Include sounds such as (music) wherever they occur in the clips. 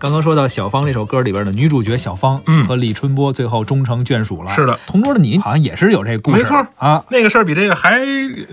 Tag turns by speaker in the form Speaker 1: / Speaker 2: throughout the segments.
Speaker 1: 刚刚说到小芳这首歌里边的女主角小芳，
Speaker 2: 嗯
Speaker 1: 和李春波最后终成眷属了。
Speaker 2: 是的，
Speaker 1: 同桌的你好像也是有这故事，
Speaker 2: 没错
Speaker 1: 啊，
Speaker 2: 那个事儿比这个还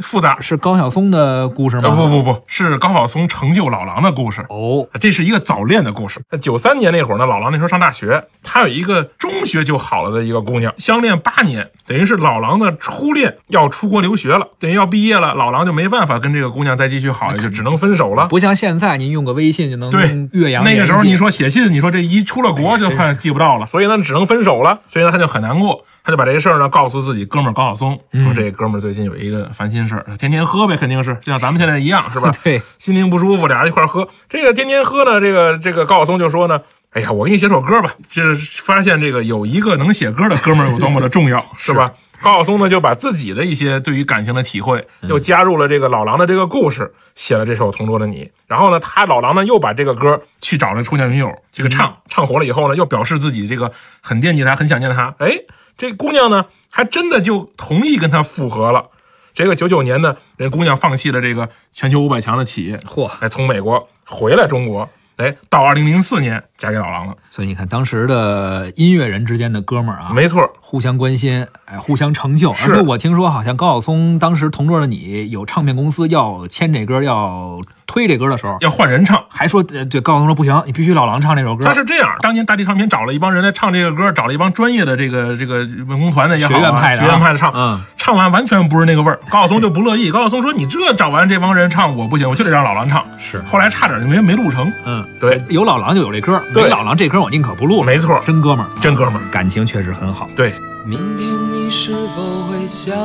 Speaker 2: 复杂。
Speaker 1: 是高晓松的故事吗？
Speaker 2: 呃，不不不，是高晓松成就老狼的故事。
Speaker 1: 哦，
Speaker 2: 这是一个早恋的故事。九三年那会儿呢，老狼那时候上大学，他有一个中学就好了的一个姑娘，相恋八年，等于是老狼的初恋，要出国留学了，等于要毕业了，老狼就没办法跟这个姑娘再继续好下去，只能分手了。
Speaker 1: 哦不像现在您用个微信就能
Speaker 2: 对
Speaker 1: 岳阳
Speaker 2: 那个时候
Speaker 1: 联系？
Speaker 2: 你说写信，你说这一出了国就快寄不到了，所以呢只能分手了，所以呢他就很难过。他就把这事儿呢告诉自己哥们儿高晓松，说这哥们儿最近有一个烦心事儿，天天喝呗，肯定是就像咱们现在一样，是吧
Speaker 1: (laughs) 对，
Speaker 2: 心情不舒服，俩人一块儿喝。这个天天喝呢，这个这个高晓松就说呢，哎呀，我给你写首歌吧。这是发现这个有一个能写歌的哥们儿有多么的重要，是吧？高晓松呢就把自己的一些对于感情的体会，又加入了这个老狼的这个故事，写了这首《同桌的你》。然后呢，他老狼呢又把这个歌去找了初恋女友这个唱，唱火了以后呢，又表示自己这个很惦记他，很想念他。哎，这姑娘呢还真的就同意跟他复合了。这个九九年呢，人姑娘放弃了这个全球五百强的企业，
Speaker 1: 嚯，
Speaker 2: 哎，从美国回来中国，哎，到二零零四年嫁给老狼了，
Speaker 1: 所以你看当时的音乐人之间的哥们儿啊，
Speaker 2: 没错儿，
Speaker 1: 互相关心，哎，互相成就。
Speaker 2: 是
Speaker 1: 而且我听说，好像高晓松当时《同桌的你》有唱片公司要签这歌、要推这歌的时候，
Speaker 2: 要换人唱。
Speaker 1: 还说，呃对高晓松说不行，你必须老狼唱这首歌
Speaker 2: 他。是这样，当年大地唱片找了一帮人来唱这个歌，找了一帮专业的这个这个文工团的也好、啊，
Speaker 1: 学院派的啊
Speaker 2: 学院派的唱，
Speaker 1: 嗯
Speaker 2: 唱完完全不是那个味儿。高晓松就不乐意，高晓松说：“你这找完这帮人唱，我不行，我就得让老狼唱。”
Speaker 1: 是
Speaker 2: 后来差点就没没录成。
Speaker 1: 嗯，
Speaker 2: 对，
Speaker 1: 有老狼就有这歌，没
Speaker 2: 对
Speaker 1: 老狼这歌我宁可不录了。
Speaker 2: 没错
Speaker 1: 真哥们儿，
Speaker 2: 真哥们儿，
Speaker 1: 感情确实很好。
Speaker 2: 对，
Speaker 3: 明天你是否会想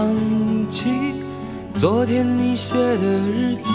Speaker 3: 起昨天你写的日记？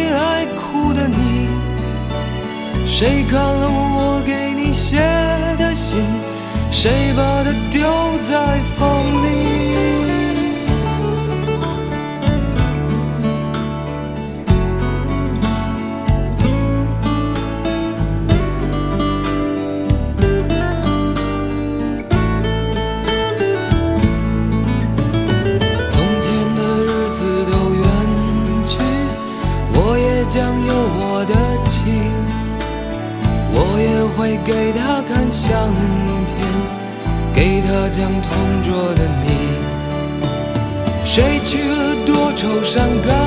Speaker 3: 爱哭的你？谁看了我给你写的信？谁把它丢在风里？从前的日子都远去，我也将有我的妻，我也会给她看相片，给她讲同桌的你。谁去了多愁善感